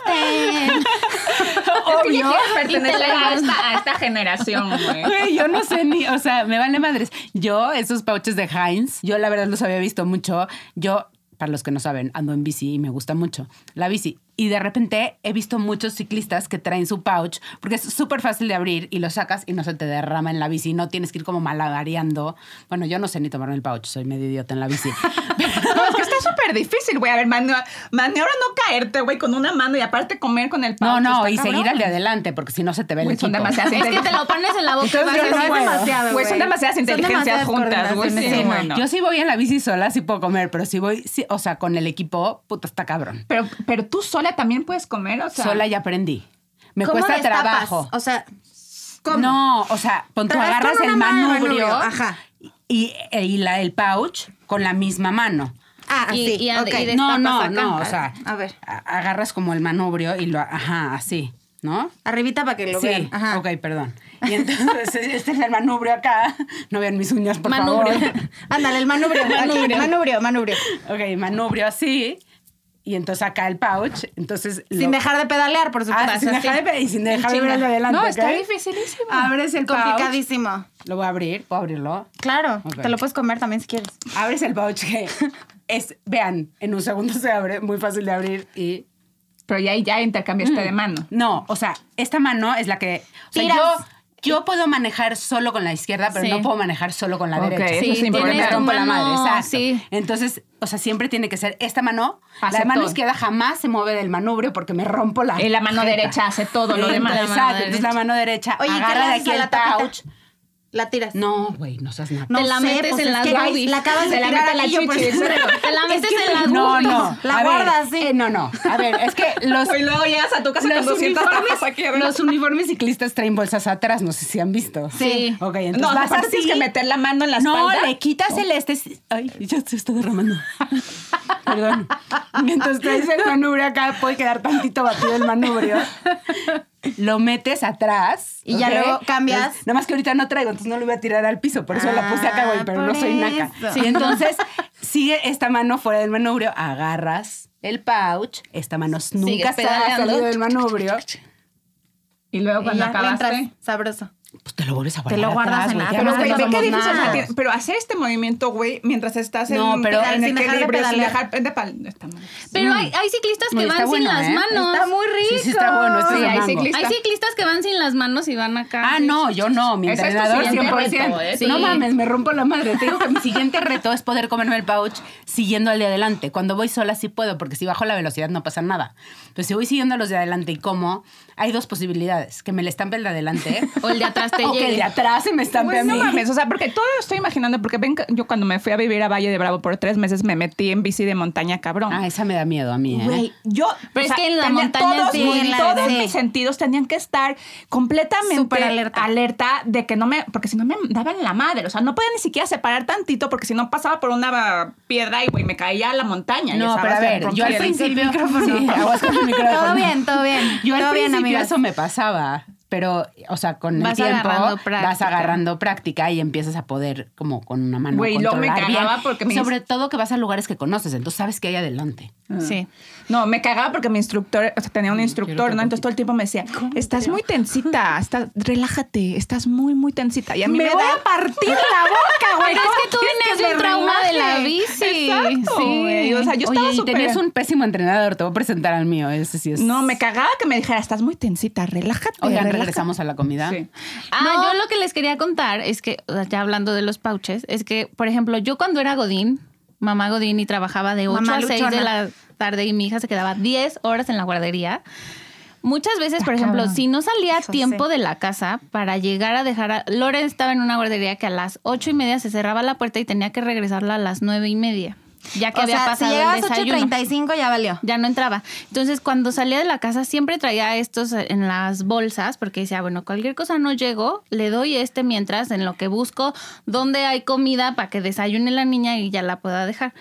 Speaker 1: pusiste.
Speaker 4: Es que yo quiero
Speaker 2: Y te
Speaker 4: pertenecer
Speaker 2: la-
Speaker 4: a esta, a esta generación, güey.
Speaker 3: Güey, yo no sé ni, o sea, me vale madres. Yo, esos pouches de Heinz, yo la verdad los había visto mucho. Yo, para los que no saben, ando en bici y me gusta mucho la bici. Y de repente he visto muchos ciclistas que traen su pouch porque es súper fácil de abrir y lo sacas y no se te derrama en la bici. No tienes que ir como malabareando. Bueno, yo no sé ni tomarme el pouch, soy medio idiota en la bici.
Speaker 4: No, es que está súper difícil, güey. A ver, maniobra, maniobra no caerte, güey, con una mano y aparte comer con el
Speaker 3: No,
Speaker 4: pouch,
Speaker 3: no,
Speaker 4: está
Speaker 3: y
Speaker 4: cabrón.
Speaker 3: seguir al de adelante porque si no se te ve el
Speaker 4: Güey, son
Speaker 3: equipo.
Speaker 4: demasiadas
Speaker 2: Es que te lo pones en la boca. y vas
Speaker 4: Entonces,
Speaker 2: así.
Speaker 4: yo no
Speaker 1: es
Speaker 4: puedo.
Speaker 1: demasiado,
Speaker 4: Güey, son
Speaker 1: güey.
Speaker 4: demasiadas
Speaker 1: Son
Speaker 4: inteligencias
Speaker 1: demasiadas
Speaker 4: juntas, güey.
Speaker 1: coordinaciones,
Speaker 4: Sí,
Speaker 1: sí,
Speaker 4: güey, no.
Speaker 3: Yo sí voy en la bici sola, sí puedo comer, pero si voy, sí, o sea, con el equipo, puta, está cabrón.
Speaker 4: Pero, pero tú sola también puedes comer, o sea.
Speaker 3: Sola ya aprendí. Me
Speaker 1: ¿Cómo
Speaker 3: cuesta
Speaker 1: destapas?
Speaker 3: trabajo.
Speaker 1: O sea, ¿cómo?
Speaker 3: No, o sea, pon tú
Speaker 1: Traes
Speaker 3: agarras
Speaker 1: con
Speaker 3: el
Speaker 1: una mano el
Speaker 3: manubrio,
Speaker 1: manubrio, ajá.
Speaker 3: y, e, y la, el pouch con la misma mano.
Speaker 1: Ah,
Speaker 2: Y-
Speaker 1: así.
Speaker 2: y a-
Speaker 1: ok.
Speaker 2: y de-
Speaker 3: No,
Speaker 2: Destapas
Speaker 3: no,
Speaker 2: acá.
Speaker 3: no, o sea,
Speaker 1: A ver.
Speaker 3: a- agarras como el manubrio y lo, ajá, así, ¿no?
Speaker 1: Arribita para que lo
Speaker 3: sí,
Speaker 1: vean. Ajá.
Speaker 3: ok, perdón. Y entonces este es el manubrio acá. No vean mis uñas, por
Speaker 2: Manubrio.
Speaker 3: favor.
Speaker 1: Ándale, el manubrio. aquí, manubrio, manubrio.
Speaker 3: Ok, manubrio así. y entonces acá el pouch. Entonces lo-
Speaker 1: Sin dejar de pedalear, por
Speaker 3: Ah,
Speaker 1: supuesto. Mm,
Speaker 3: sin dejar de pe- y sin dejar de ver hacia adelante.
Speaker 4: No, está
Speaker 3: ¿ok?
Speaker 4: dificilísimo.
Speaker 3: Abres el pouch.
Speaker 1: Complicadísimo.
Speaker 3: Lo voy a abrir, puedo abrirlo.
Speaker 1: Claro,
Speaker 3: Ok.
Speaker 1: te lo puedes comer también si quieres.
Speaker 3: Abres el pouch que es, vean, en un segundo se abre, muy fácil de abrir y
Speaker 4: Pero ya, ya intercambiaste de mano.
Speaker 3: No, o sea, esta mano es la que. O sea,
Speaker 1: Tiras.
Speaker 3: yo, yo puedo manejar solo con la izquierda, pero
Speaker 2: Sí.
Speaker 3: no puedo manejar solo con la
Speaker 4: Ok,
Speaker 3: derecha.
Speaker 4: eso Sí, es importante.
Speaker 3: Me
Speaker 4: tienes tu
Speaker 3: rompo la
Speaker 2: mano,
Speaker 3: madre, exacto.
Speaker 2: sí.
Speaker 3: Entonces, o sea, siempre tiene que ser esta mano.
Speaker 4: Hace
Speaker 3: la mano
Speaker 4: todo.
Speaker 3: izquierda jamás se mueve del manubrio porque me rompo la.
Speaker 4: Y la mano
Speaker 3: jeta.
Speaker 4: derecha hace todo lo
Speaker 3: Sí,
Speaker 4: demás.
Speaker 3: Exacto.
Speaker 2: La mano
Speaker 3: Entonces la
Speaker 2: derecha.
Speaker 3: mano derecha
Speaker 1: Oye, ¿y qué le
Speaker 3: agarra de
Speaker 1: haces
Speaker 3: aquí
Speaker 1: a
Speaker 3: el
Speaker 1: la tapita?
Speaker 3: pouch.
Speaker 1: La tiras.
Speaker 3: No, güey, no seas nada.
Speaker 1: No
Speaker 2: Te la
Speaker 1: sé,
Speaker 2: metes
Speaker 1: pues
Speaker 2: en
Speaker 1: es
Speaker 2: las
Speaker 1: que
Speaker 2: boobies.
Speaker 1: La acabas de
Speaker 2: Te la
Speaker 1: tirar pues.
Speaker 2: metes en la
Speaker 1: aquí, yo por
Speaker 2: chichi,
Speaker 1: eso-
Speaker 2: en serio. Te la
Speaker 1: Es
Speaker 2: metes
Speaker 1: que
Speaker 2: en las
Speaker 3: No, no.
Speaker 1: La
Speaker 3: A ver,
Speaker 1: guardas, sí.
Speaker 3: eh, no, no. A ver, es que los.
Speaker 4: Y luego llegas a tu casa con
Speaker 3: Los
Speaker 4: 200
Speaker 3: uniformes,
Speaker 4: tapas aquí.
Speaker 3: los uniformes ciclistas traen bolsas atrás, no sé si han visto.
Speaker 2: Sí.
Speaker 3: Ok, entonces
Speaker 4: No,
Speaker 3: vas
Speaker 4: aparte
Speaker 3: así.
Speaker 4: tienes que meter la mano en la
Speaker 3: no,
Speaker 4: espalda.
Speaker 3: le quitas el este. Ay, ya se está derramando. Perdón. Mientras traes el manubrio acá, puede quedar tantito batido el manubrio. Lo metes atrás.
Speaker 1: Y ya
Speaker 3: ¿ok?
Speaker 1: luego cambias.
Speaker 3: Entonces, nada más que ahorita no traigo, entonces no lo voy a tirar al piso. Por eso la puse acá, güey, pero
Speaker 1: Ah,
Speaker 3: no
Speaker 1: por
Speaker 3: soy naca.
Speaker 1: eso.
Speaker 3: Sí, entonces sigue esta mano fuera del manubrio, agarras el pouch. Esta mano nunca se ha
Speaker 2: pedaleando.
Speaker 3: salido del manubrio.
Speaker 4: Y luego
Speaker 1: Y
Speaker 4: cuando
Speaker 1: ya, le
Speaker 4: acabaste...
Speaker 1: entras, sabroso.
Speaker 3: Pues te lo vuelves a
Speaker 1: Te
Speaker 3: guardar.
Speaker 1: lo guardas
Speaker 3: atrás,
Speaker 1: en
Speaker 3: güey,
Speaker 1: la-
Speaker 3: ya
Speaker 1: Pero,
Speaker 3: no
Speaker 4: Pero,
Speaker 1: güey,
Speaker 3: sabes
Speaker 1: ve
Speaker 3: cómo-
Speaker 1: somos
Speaker 4: qué difícil. o sea,
Speaker 1: nada.
Speaker 4: tiene- pero hacer este movimiento, güey, mientras estás en,
Speaker 3: No, pero-
Speaker 4: en
Speaker 1: Sin dejar de
Speaker 4: equilibrio, sin
Speaker 1: pedalear.
Speaker 4: dejar de pedal- está mal.
Speaker 2: Pero hay, hay ciclistas que
Speaker 3: Oye,
Speaker 2: van
Speaker 3: está
Speaker 2: sin
Speaker 3: bueno,
Speaker 2: las
Speaker 3: ¿eh?
Speaker 2: manos.
Speaker 1: Está muy rico.
Speaker 3: Sí, sí está bueno, esto
Speaker 4: Sí,
Speaker 3: es de
Speaker 4: hay
Speaker 3: mango.
Speaker 4: ciclistas.
Speaker 2: Hay ciclistas que van sin las manos y van acá.
Speaker 3: Ah, no, yo no, mi
Speaker 4: Ese es tu
Speaker 3: entrenador
Speaker 4: siguiente
Speaker 3: 100%.
Speaker 2: reto, ¿eh?
Speaker 3: No
Speaker 2: Sí.
Speaker 3: mames, me rompo la madre. Te digo que mi siguiente reto es poder comerme el pouch siguiendo al de adelante. Cuando voy sola sí puedo, porque si bajo la velocidad no pasa nada. Pero si voy siguiendo a los de adelante y como, hay dos posibilidades, que me le estampe el de adelante
Speaker 2: O el de atrás te
Speaker 3: o que el de
Speaker 2: llegue.
Speaker 3: atrás se me estampe
Speaker 4: Pues
Speaker 3: a mí.
Speaker 4: no mames, o sea, porque todo lo estoy imaginando, porque ven, que yo cuando me fui a vivir a Valle de Bravo por tres meses me metí en bici de montaña, cabrón.
Speaker 3: Ah, esa me da miedo a mí, ¿eh?
Speaker 4: Güey, yo.
Speaker 2: Pero es que en la
Speaker 4: tenía
Speaker 2: montaña
Speaker 4: todos,
Speaker 2: sí,
Speaker 4: mis-
Speaker 1: en la-
Speaker 4: todos
Speaker 1: sí.
Speaker 4: mis sentidos tenían que estar completamente
Speaker 1: Súper alerta.
Speaker 4: alerta de que no me, porque si no me daban la madre, o sea, no podía ni siquiera separar tantito porque si no pasaba por una piedra y güey me caía a la montaña.
Speaker 3: No,
Speaker 4: ya
Speaker 3: pero
Speaker 4: sabes,
Speaker 3: a
Speaker 4: me
Speaker 3: ver,
Speaker 4: rompí
Speaker 3: yo al
Speaker 4: el-
Speaker 3: principio... Sí, aguas con el micrófono.
Speaker 1: Todo bien, todo bien.
Speaker 3: Yo al
Speaker 1: todo bien,
Speaker 3: principio
Speaker 1: amigas.
Speaker 3: eso me pasaba, pero, o sea, con el
Speaker 2: Vas
Speaker 3: tiempo
Speaker 2: agarrando
Speaker 3: vas
Speaker 2: práctica.
Speaker 3: agarrando práctica y empiezas a poder como con una mano
Speaker 4: Güey, luego me
Speaker 3: controlar bien.
Speaker 4: cagaba porque me-
Speaker 3: Sobre todo que vas a lugares que conoces, entonces sabes que hay adelante.
Speaker 2: Sí.
Speaker 4: No, me cagaba porque mi instructor, o sea, tenía un instructor, ¿no? Entonces todo el tiempo me decía, estás muy tensita, estás, relájate, estás muy, muy tensita. Y a mí me, da...
Speaker 3: partir la boca,
Speaker 2: Pero es que tú
Speaker 4: quieres que
Speaker 2: venías de
Speaker 4: me
Speaker 2: un trauma de la
Speaker 4: relaje?
Speaker 2: bici.
Speaker 4: Exacto, güey. O sea, yo estaba
Speaker 3: Oye, y
Speaker 4: súper...
Speaker 3: tenías un pésimo entrenador, te voy a presentar al mío, ese sí es...
Speaker 4: No, me cagaba que me dijera, estás muy tensita, relájate.
Speaker 3: Oigan,
Speaker 4: relájate".
Speaker 3: regresamos a la comida.
Speaker 4: Sí.
Speaker 1: Ah,
Speaker 2: No, yo lo que les quería contar es que, o sea, ya hablando de los pouches, es que, por ejemplo, yo cuando era Godín, mamá Godín y trabajaba de 8
Speaker 1: Mamá
Speaker 2: a 6 de
Speaker 1: luchona.
Speaker 2: la tarde y mi hija se quedaba 10 horas en la guardería. Muchas veces, por ejemplo, si no salía a
Speaker 1: Hijo,
Speaker 2: tiempo
Speaker 1: sí.
Speaker 2: de la casa para llegar a dejar a... Loren estaba en una guardería que a las ocho y media se cerraba la puerta y tenía que regresarla a las nueve y media, ya que
Speaker 1: o
Speaker 2: había
Speaker 1: sea, si
Speaker 2: pasado el
Speaker 1: llegabas
Speaker 2: desayuno
Speaker 1: 8.35 ya valió.
Speaker 2: ya no entraba. Entonces, cuando salía de la casa, siempre traía estos en las bolsas, porque decía, bueno, cualquier cosa no llegó, le doy este mientras, en lo que busco dónde hay comida para que desayune la niña y ya la pueda dejar.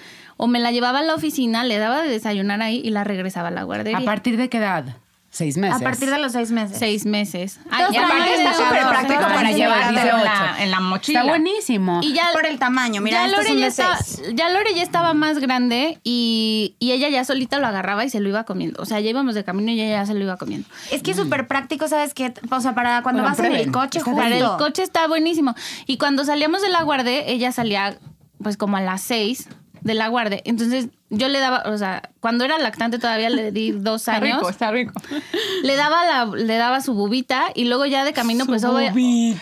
Speaker 2: O me la llevaba a la oficina, le daba de desayunar ahí y la regresaba a la
Speaker 3: ¿A
Speaker 2: guardería.
Speaker 3: partir de qué edad? Seis meses.
Speaker 1: A partir de los seis meses.
Speaker 2: Seis meses.
Speaker 1: Ay,
Speaker 2: Ay,
Speaker 1: y aparte
Speaker 2: ya-
Speaker 1: está súper práctico para
Speaker 2: Sí,
Speaker 1: llevar,
Speaker 2: ya-
Speaker 1: dice,
Speaker 4: en
Speaker 3: ocho.
Speaker 4: la, en la mochila.
Speaker 3: Está buenísimo.
Speaker 2: Y ya
Speaker 1: Por el tamaño, mira,
Speaker 2: ya
Speaker 1: estos
Speaker 2: Lore
Speaker 1: son
Speaker 2: ya,
Speaker 1: de
Speaker 2: estaba,
Speaker 1: seis.
Speaker 2: ya Lore ya estaba más grande y, y ella ya solita lo agarraba y se lo iba comiendo. O sea, ya íbamos de camino y ella ya se lo iba comiendo.
Speaker 1: Es que es súper práctico, ¿sabes qué? O sea, para cuando
Speaker 3: Bueno,
Speaker 1: vas en
Speaker 3: prueben.
Speaker 1: el coche,
Speaker 3: Está
Speaker 1: justo.
Speaker 2: Para el coche está buenísimo. Y cuando salíamos de la guarde, ella salía pues como a las 6 de la guarde. Entonces yo le daba, o sea, cuando era lactante todavía le di dos
Speaker 4: Está
Speaker 2: años.
Speaker 4: rico, está rico.
Speaker 2: Le daba la, le daba su bubita y luego ya de camino pues obvio-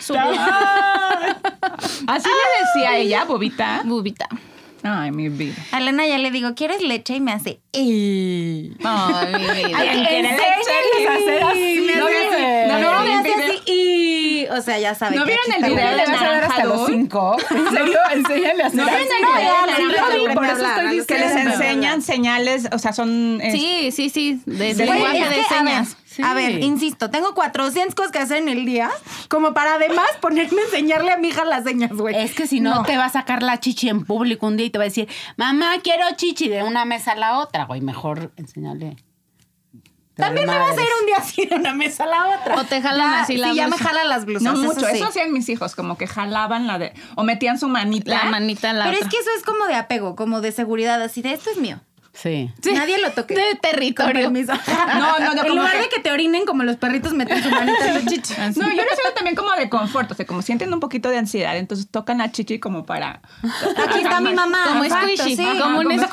Speaker 2: su bu-
Speaker 4: Así le decía ella, bobita.
Speaker 2: bubita.
Speaker 4: Ay, mi vida.
Speaker 1: A Elena ya le digo, ¿quieres leche? Y me hace, "Ey".
Speaker 2: Ay, mi vida.
Speaker 4: Ay, ¿quiere leche?
Speaker 3: hacer así,
Speaker 4: No,
Speaker 3: mi
Speaker 4: no,
Speaker 3: bebé.
Speaker 4: no,
Speaker 1: No,
Speaker 4: no,
Speaker 1: me
Speaker 4: no,
Speaker 1: hace
Speaker 4: no,
Speaker 1: así, "Y". O sea, ya sabe
Speaker 4: ¿No
Speaker 1: que
Speaker 4: vieron
Speaker 1: aquí
Speaker 4: el
Speaker 1: está
Speaker 4: video
Speaker 1: bueno.
Speaker 4: de la- naranjador?
Speaker 3: cinco? ¿En serio? Enséñale a hacer
Speaker 4: No,
Speaker 3: así.
Speaker 4: no, no,
Speaker 1: ya,
Speaker 4: sí,
Speaker 1: ya,
Speaker 4: yo
Speaker 1: ya,
Speaker 4: vi,
Speaker 1: ya,
Speaker 4: por
Speaker 1: ya,
Speaker 4: eso
Speaker 1: ya,
Speaker 4: estoy
Speaker 1: ya, ya,
Speaker 4: diciendo. Que
Speaker 1: ya,
Speaker 4: les
Speaker 1: ya,
Speaker 4: enseñan señales, o sea, son... eh,
Speaker 2: Sí, sí, sí, de, de
Speaker 4: Güey,
Speaker 2: lenguaje
Speaker 1: es
Speaker 2: de
Speaker 1: que, a ver,
Speaker 2: señas.
Speaker 1: A ver,
Speaker 3: Sí.
Speaker 1: insisto, tengo 400 cosas que hacer en el día, como para además ponerme a enseñarle a mi hija las señas, güey.
Speaker 3: Es que si no, te va a sacar la chichi en público un día y te va a decir, mamá, quiero chichi de una mesa a la otra, güey. Mejor enséñale. Te
Speaker 1: También me
Speaker 3: vale
Speaker 1: vas a
Speaker 3: madres.
Speaker 1: ir un día así de una mesa a la otra.
Speaker 2: O te jalan
Speaker 1: Ya,
Speaker 2: así la
Speaker 1: Sí, ya me
Speaker 2: blusa.
Speaker 1: jalan las blusas.
Speaker 4: No
Speaker 1: eso
Speaker 4: mucho,
Speaker 1: sí.
Speaker 4: eso hacían mis hijos, como que jalaban la de... O metían su
Speaker 2: La
Speaker 4: manita.
Speaker 2: manita a la
Speaker 1: Pero
Speaker 2: otra.
Speaker 1: es que eso es como de apego, como de seguridad, así de esto es mío.
Speaker 3: Sí.
Speaker 1: Nadie lo toque.
Speaker 2: De territorio.
Speaker 1: Con permiso.
Speaker 4: No, no, no,
Speaker 1: En
Speaker 4: como
Speaker 1: lugar
Speaker 4: que-
Speaker 1: de que te orinen como los perritos meten su manita en los chichis.
Speaker 4: No, yo lo siento también como de confort, o sea, como sienten un poquito de ansiedad, entonces tocan a Chichi como para...
Speaker 1: Aquí está mi mamá.
Speaker 2: Como
Speaker 1: Exacto,
Speaker 2: squishy,
Speaker 1: sí.
Speaker 2: como un
Speaker 4: Como-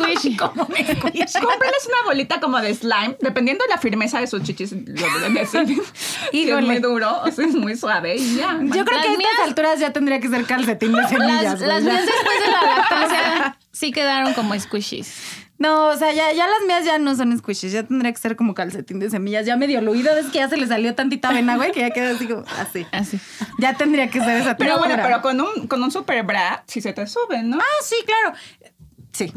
Speaker 2: squishy.
Speaker 4: Cómprales una bolita como de slime, dependiendo de la firmeza de sus chichis, lo deben decir. Si es
Speaker 1: Híjole.
Speaker 4: muy duro, o si es muy suave y ya.
Speaker 1: Yo creo
Speaker 2: Las
Speaker 1: que a estas
Speaker 2: mías-
Speaker 1: alturas ya tendría que ser calcetín de semillas.
Speaker 2: Las,
Speaker 1: güey,
Speaker 2: las
Speaker 1: ya.
Speaker 2: mías después de la lactancia sí quedaron como squishies.
Speaker 1: No, o sea, ya, ya las mías ya no son squishies. Ya tendría que ser como calcetín de semillas. Ya medio luido. Es que ya se le salió tantita avena, güey, que ya quedó así como así.
Speaker 2: Así.
Speaker 1: Ya tendría que ser esa
Speaker 4: Pero bueno,
Speaker 1: textura.
Speaker 4: pero con un, con un super bra, si se te sube, ¿no?
Speaker 1: Ah, sí, claro. Sí.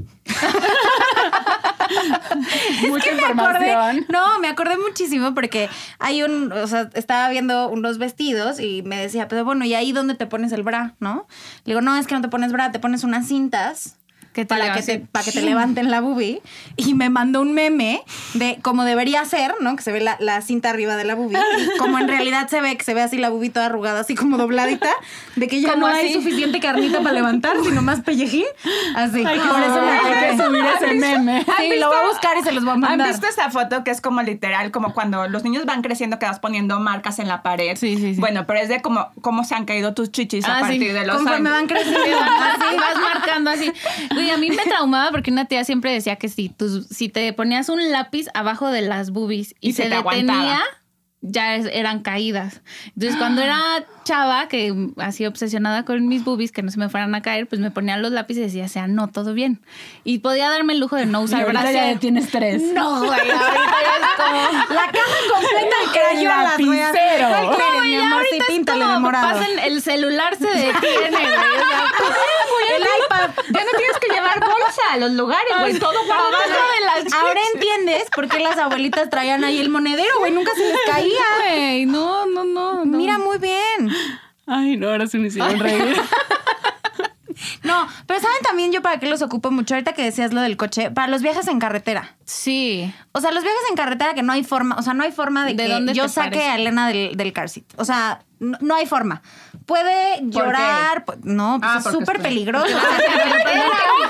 Speaker 3: Mucha
Speaker 1: me acordé-
Speaker 3: información.
Speaker 1: no, me acordé muchísimo porque hay un, o sea, estaba viendo unos vestidos y me decía, pero bueno, ¿y ahí dónde te pones el bra, no? Le digo, no, es que no te pones bra, te pones unas cintas.
Speaker 2: Que te
Speaker 1: para, que
Speaker 2: levanten.
Speaker 1: te, para que te levanten la boobie. Y me mandó un meme de cómo debería ser, ¿no? Que se ve la, la cinta arriba de la boobie. Y como en realidad se ve, que se ve así la boobie toda arrugada, así como dobladita. De que ya
Speaker 2: Como
Speaker 1: no hay
Speaker 2: así.
Speaker 1: suficiente carnita para levantar, sino más pellejín. Así. Por Ah, eso me acordé.
Speaker 3: Hay que subir ese meme.
Speaker 1: Sí,
Speaker 4: ¿Han
Speaker 1: lo
Speaker 4: visto-
Speaker 1: voy a buscar y se los voy a mandar.
Speaker 4: ¿Han visto esta foto que es como literal, como cuando los niños van creciendo que vas poniendo marcas en la pared?
Speaker 2: Sí, sí, sí.
Speaker 4: Bueno, pero es de como cómo se han caído tus chichis a
Speaker 2: Ah, sí.
Speaker 4: partir de los
Speaker 1: Conforme
Speaker 4: años.
Speaker 1: van creciendo.
Speaker 2: Así vas marcando así. Güey, a mí me traumaba porque una tía siempre decía que si, tus- si te ponías un lápiz abajo de las boobies y,
Speaker 4: Y se
Speaker 2: se,
Speaker 4: te
Speaker 2: detenía,
Speaker 4: aguantaba.
Speaker 2: ya es- eran caídas. Entonces, cuando era chava, que así obsesionada con mis boobies, que no se me fueran a caer, pues me ponía los lápices y decía, o sea, no, todo bien. Y podía darme el lujo de no
Speaker 3: Y
Speaker 2: usar
Speaker 3: ahorita ya
Speaker 2: brasier.
Speaker 3: tienes tres.
Speaker 2: No, güey, ahorita ya es como...
Speaker 1: La caja completa de crayolas, güey. así.
Speaker 3: lapicero.
Speaker 1: Ay,
Speaker 2: No,
Speaker 1: miren,
Speaker 2: güey,
Speaker 1: mi
Speaker 2: ya
Speaker 1: amor,
Speaker 2: ahorita
Speaker 1: sí,
Speaker 2: es
Speaker 1: píntale
Speaker 2: como
Speaker 1: de morado.
Speaker 2: pasan el celular se detiene, güey. O sea,
Speaker 1: El iPad.
Speaker 4: Ya no tienes que llevar bolsa a los lugares, güey. Todo guardado.
Speaker 2: abajo de las
Speaker 1: Ahora entiendes por qué las abuelitas traían ahí el monedero, güey. Nunca se les caía.
Speaker 2: Güey, no, no, no, no.
Speaker 1: Mira muy bien.
Speaker 3: Ay, no, ahora sí me hicieron reír.
Speaker 1: No, pero ¿saben también yo para qué los ocupo mucho? Ahorita que decías lo del coche, para los viajes en carretera.
Speaker 2: Sí.
Speaker 1: O sea, los viajes en carretera que no hay forma, o sea, no hay forma de,
Speaker 2: ¿De
Speaker 1: que
Speaker 2: dónde
Speaker 1: yo
Speaker 2: te
Speaker 1: saque
Speaker 2: pares?
Speaker 1: a Elena del, del car seat. O sea, no, no hay forma. Puede llorar, pu- no, pues
Speaker 4: Ah,
Speaker 1: es
Speaker 4: porque
Speaker 1: súper
Speaker 4: estoy-
Speaker 1: peligroso. O sea, en carretera.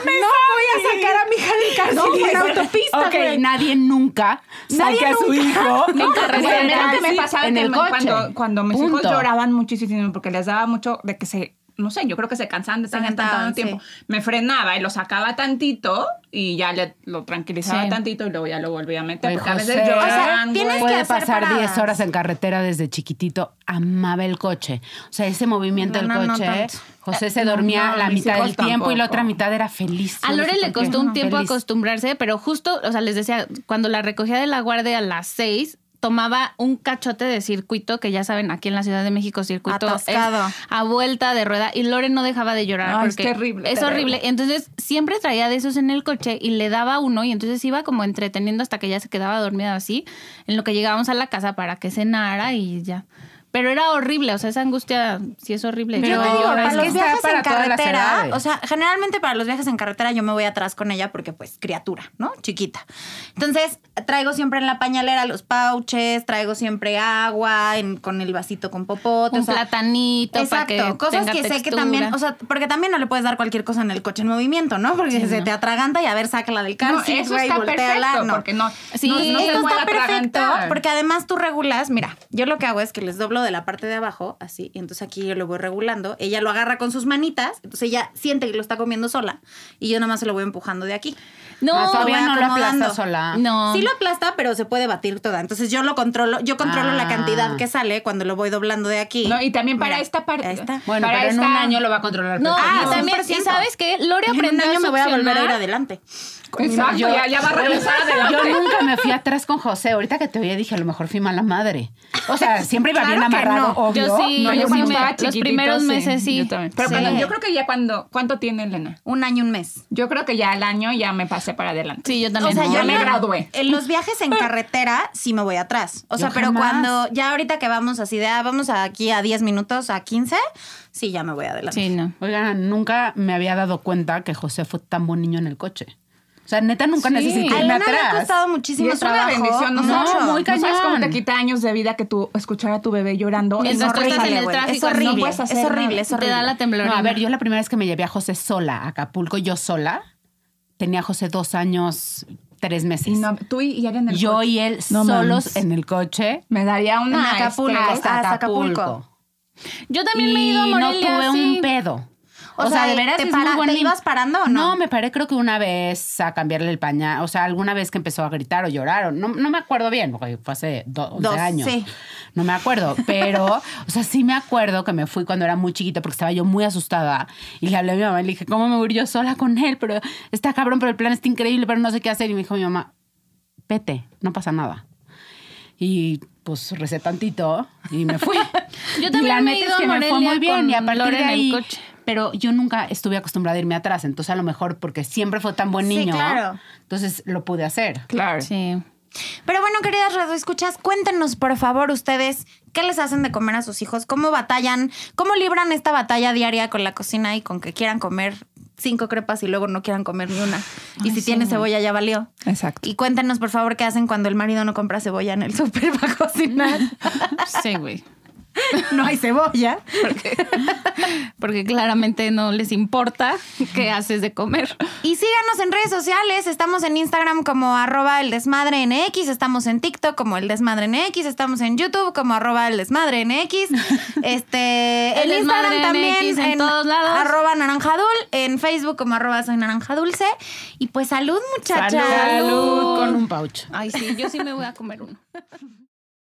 Speaker 1: no voy a sacar a mi hija del car seat en autopista,
Speaker 3: ok,
Speaker 1: güey.
Speaker 3: nadie nunca
Speaker 1: Nadie
Speaker 3: saca a su hijo
Speaker 4: En carretera.
Speaker 3: en
Speaker 4: Mira
Speaker 3: el
Speaker 4: que me
Speaker 3: taxi,
Speaker 4: pasaba
Speaker 3: en
Speaker 4: que
Speaker 3: el
Speaker 4: me-
Speaker 3: coche.
Speaker 4: Cuando, cuando mis hijos
Speaker 3: Punto.
Speaker 4: lloraban muchísimo porque les daba mucho de que se, no sé, yo creo que se cansaban de estar en
Speaker 1: cansaban,
Speaker 4: tanto tiempo. Me frenaba y lo sacaba tantito y ya le, lo tranquilizaba
Speaker 2: Sí.
Speaker 4: tantito y luego ya lo volvía a meter.
Speaker 3: Ay,
Speaker 4: porque a veces
Speaker 3: José.
Speaker 4: lloran,
Speaker 3: O sea,
Speaker 4: güey.
Speaker 1: tienes que
Speaker 3: Puede
Speaker 1: hacer
Speaker 3: pasar
Speaker 1: paradas.
Speaker 3: 10 horas en carretera desde chiquitito. Amaba el coche. O sea, ese movimiento del
Speaker 1: No, no, no
Speaker 3: coche.
Speaker 1: tanto.
Speaker 3: José se dormía
Speaker 4: no,
Speaker 3: la
Speaker 4: mis
Speaker 3: mitad del
Speaker 4: hijos
Speaker 3: tiempo y la
Speaker 4: tampoco.
Speaker 3: otra mitad era feliz.
Speaker 2: A
Speaker 3: No sé
Speaker 2: Lore le
Speaker 3: por qué.
Speaker 2: costó un tiempo
Speaker 3: Feliz.
Speaker 2: acostumbrarse, pero justo, o sea, les decía, cuando la recogía de la guardia a las seis, tomaba un cachote de circuito, que ya saben, aquí en la Ciudad de México, circuito es
Speaker 1: Atascado.
Speaker 2: a vuelta de rueda, y Lore no dejaba de llorar.
Speaker 4: Ay, es
Speaker 2: porque
Speaker 4: terrible,
Speaker 2: Es
Speaker 4: terrible.
Speaker 2: horrible. Entonces, siempre traía de esos en el coche y le daba uno, y entonces iba como entreteniendo hasta que ya se quedaba dormida así, en lo que llegábamos a la casa para que cenara y ya. Pero era horrible, o sea, esa angustia sí es horrible.
Speaker 1: Yo
Speaker 3: Pero
Speaker 1: te digo,
Speaker 3: ahora
Speaker 1: para
Speaker 3: es que
Speaker 1: los
Speaker 3: está
Speaker 1: viajes
Speaker 3: para
Speaker 1: en
Speaker 3: todas las
Speaker 1: carretera,
Speaker 3: edades.
Speaker 1: o sea, generalmente para los viajes en carretera yo me voy atrás con ella porque pues criatura, ¿no? Chiquita. Entonces, traigo siempre en la pañalera los pouches, traigo siempre agua en- con el vasito con popote,
Speaker 2: un
Speaker 1: o sea,
Speaker 2: platanito para
Speaker 1: Exacto,
Speaker 2: que
Speaker 1: cosas
Speaker 2: tenga
Speaker 1: que sé que
Speaker 2: textura.
Speaker 1: también, o sea, porque también no le puedes dar cualquier cosa en el coche en movimiento, ¿no? Porque se te atraganta y a ver, sácala del carro,
Speaker 4: No, eso está perfecto, porque no,
Speaker 2: Sí,
Speaker 4: no, no
Speaker 2: esto
Speaker 4: se
Speaker 1: esto
Speaker 4: puede
Speaker 1: está perfecto
Speaker 4: atragantar.
Speaker 1: porque además tú regulas, mira, yo lo que hago es que les doblo de la parte de abajo, así, y entonces aquí yo lo voy regulando, ella lo agarra con sus manitas, entonces ella siente que lo está comiendo sola y yo nada más se lo voy empujando de aquí.
Speaker 2: No,
Speaker 3: Ah, todavía
Speaker 1: voy
Speaker 3: no lo aplasta
Speaker 1: acomodando.
Speaker 3: sola.
Speaker 2: No.
Speaker 1: Sí lo aplasta, pero se puede batir toda. Entonces yo lo controlo, yo controlo la
Speaker 3: Ah.
Speaker 1: cantidad que sale cuando lo voy doblando de aquí.
Speaker 4: No, y también para
Speaker 1: Mira,
Speaker 4: esta parte.
Speaker 1: ahí está.
Speaker 3: Bueno,
Speaker 4: Para
Speaker 3: pero en un
Speaker 4: esta-
Speaker 3: año lo va a controlar.
Speaker 2: No,
Speaker 1: Ah,
Speaker 2: y también,
Speaker 1: 100%.
Speaker 2: ¿y sabes qué? Lore
Speaker 1: En un
Speaker 2: aprendió
Speaker 1: año
Speaker 2: a
Speaker 1: me voy a volver a ir
Speaker 2: succionar.
Speaker 1: adelante.
Speaker 4: ah, Exacto,
Speaker 3: Yo-
Speaker 4: ya, ya va a regresar adelante.
Speaker 3: Yo nunca me fui atrás con José. Ahorita que te oía dije, a lo mejor fui mala madre. O sea, siempre iba bien
Speaker 1: Claro que
Speaker 3: amarrado,
Speaker 1: no.
Speaker 3: obvio.
Speaker 2: Yo sí,
Speaker 4: No,
Speaker 2: yo
Speaker 4: cuando
Speaker 2: sí me-
Speaker 4: estaba
Speaker 2: los
Speaker 4: chiquitito,
Speaker 2: primeros meses sí.
Speaker 4: Yo también. Pero
Speaker 1: Sí.
Speaker 4: cuando- yo creo que ya cuando, ¿cuánto tiene Elena?
Speaker 1: Un año, un mes.
Speaker 4: Yo creo que ya al año ya me pasé para adelante.
Speaker 2: Sí, yo también.
Speaker 1: O sea,
Speaker 4: no.
Speaker 1: yo
Speaker 4: Ya me
Speaker 1: en-
Speaker 4: gradué.
Speaker 1: En los viajes en carretera sí me voy atrás. O sea,
Speaker 3: Yo
Speaker 1: pero
Speaker 3: jamás.
Speaker 1: cuando ya ahorita que vamos así de, ah, vamos aquí a 10 minutos, a 15, sí ya me voy adelante.
Speaker 2: Sí, no.
Speaker 3: Oigan, nunca me había dado cuenta que José fue tan buen niño en el coche. O sea, neta, nunca
Speaker 4: Sí.
Speaker 3: necesité
Speaker 1: A
Speaker 3: irme
Speaker 1: Elena le ha
Speaker 3: atrás.
Speaker 1: costado
Speaker 4: Y
Speaker 1: muchísimo
Speaker 4: es una
Speaker 1: trabajo.
Speaker 4: bendición, no,
Speaker 1: mucho.
Speaker 4: sabes-
Speaker 3: muy
Speaker 4: no sabes cómo
Speaker 3: cañón.
Speaker 4: te quita años de vida que tú escuchar a tu bebé llorando.
Speaker 2: Es
Speaker 1: Es
Speaker 2: Mientras tú estás
Speaker 1: horrible,
Speaker 2: en el
Speaker 1: güey. Es
Speaker 2: tráfico, no
Speaker 1: horrible,
Speaker 4: puedes hacer
Speaker 1: es horrible,
Speaker 4: nada.
Speaker 1: es
Speaker 2: Te
Speaker 1: horrible.
Speaker 2: da la
Speaker 3: No,
Speaker 2: temblorina.
Speaker 3: a ver, yo la primera vez que me llevé a José sola a Acapulco, yo sola, tenía a José dos años tres meses.
Speaker 4: Y no- tú y, y él en el
Speaker 3: Yo
Speaker 4: coche.
Speaker 3: y él
Speaker 4: No
Speaker 3: solos
Speaker 4: mames.
Speaker 3: en el coche
Speaker 4: Me daría una...
Speaker 1: En Acapulco.
Speaker 4: este,
Speaker 3: hasta
Speaker 1: hasta
Speaker 3: Acapulco.
Speaker 1: Acapulco.
Speaker 2: Yo también me he ido a
Speaker 3: Y
Speaker 2: Morelia.
Speaker 3: no tuve
Speaker 2: sí.
Speaker 3: un pedo.
Speaker 1: O, sea, de veras,
Speaker 3: te
Speaker 1: es
Speaker 3: para-
Speaker 1: muy buen-
Speaker 3: te
Speaker 1: ¿te ibas parando o
Speaker 3: No,
Speaker 1: no?
Speaker 3: me paré creo que una vez a cambiarle el pañal, o sea, alguna vez que empezó a gritar o llorar, o no, no me acuerdo bien, porque fue hace do- 11
Speaker 1: Dos,
Speaker 3: años.
Speaker 1: sí.
Speaker 3: No me acuerdo, pero, o sea, sí me acuerdo que me fui cuando era muy chiquita porque estaba yo muy asustada y le hablé a mi mamá y le dije, ¿cómo me voy a ir yo sola con él? Pero está cabrón, pero el plan está increíble, pero no sé qué hacer. Y me dijo mi mamá, vete, no pasa nada. Y pues recé tantito y me fui. Y la
Speaker 2: Yo también me he
Speaker 3: neta
Speaker 2: ido a
Speaker 3: fue
Speaker 2: Morelia
Speaker 3: muy bien
Speaker 2: con
Speaker 3: y a partir
Speaker 2: Lore
Speaker 3: de
Speaker 2: en el
Speaker 3: ahí,
Speaker 2: coche.
Speaker 3: pero yo nunca estuve acostumbrada a irme atrás, entonces a lo mejor porque siempre fue tan buen
Speaker 1: Sí,
Speaker 3: niño,
Speaker 1: claro.
Speaker 3: entonces lo pude hacer.
Speaker 4: Claro.
Speaker 2: Sí.
Speaker 1: Pero bueno, queridas radioescuchas, cuéntenos por favor ustedes qué les hacen de comer a sus hijos, cómo batallan, cómo libran esta batalla diaria con la cocina y con que quieran comer cinco crepas y luego no quieran comer ni una. Y si tiene cebolla ya valió.
Speaker 4: Exacto.
Speaker 1: Y cuéntenos por favor qué hacen cuando el marido no compra cebolla en el súper para cocinar.
Speaker 2: Sí, güey.
Speaker 1: no hay cebolla.
Speaker 2: Porque claramente no les importa qué haces de comer.
Speaker 1: Y síganos en redes sociales. Estamos en Instagram como arroba el desmadre en X. Estamos en TikTok como el desmadre en X. Estamos en YouTube como arroba el desmadre en X. Este,
Speaker 2: El
Speaker 1: en Instagram
Speaker 2: Desmadre en
Speaker 1: también
Speaker 2: X en todos lados.
Speaker 1: arroba naranjadul. En Facebook como arroba soy naranja dulce. Y pues salud muchachas.
Speaker 4: Salud.
Speaker 3: Con un pouch.
Speaker 2: Ay, sí, yo sí me voy a comer uno.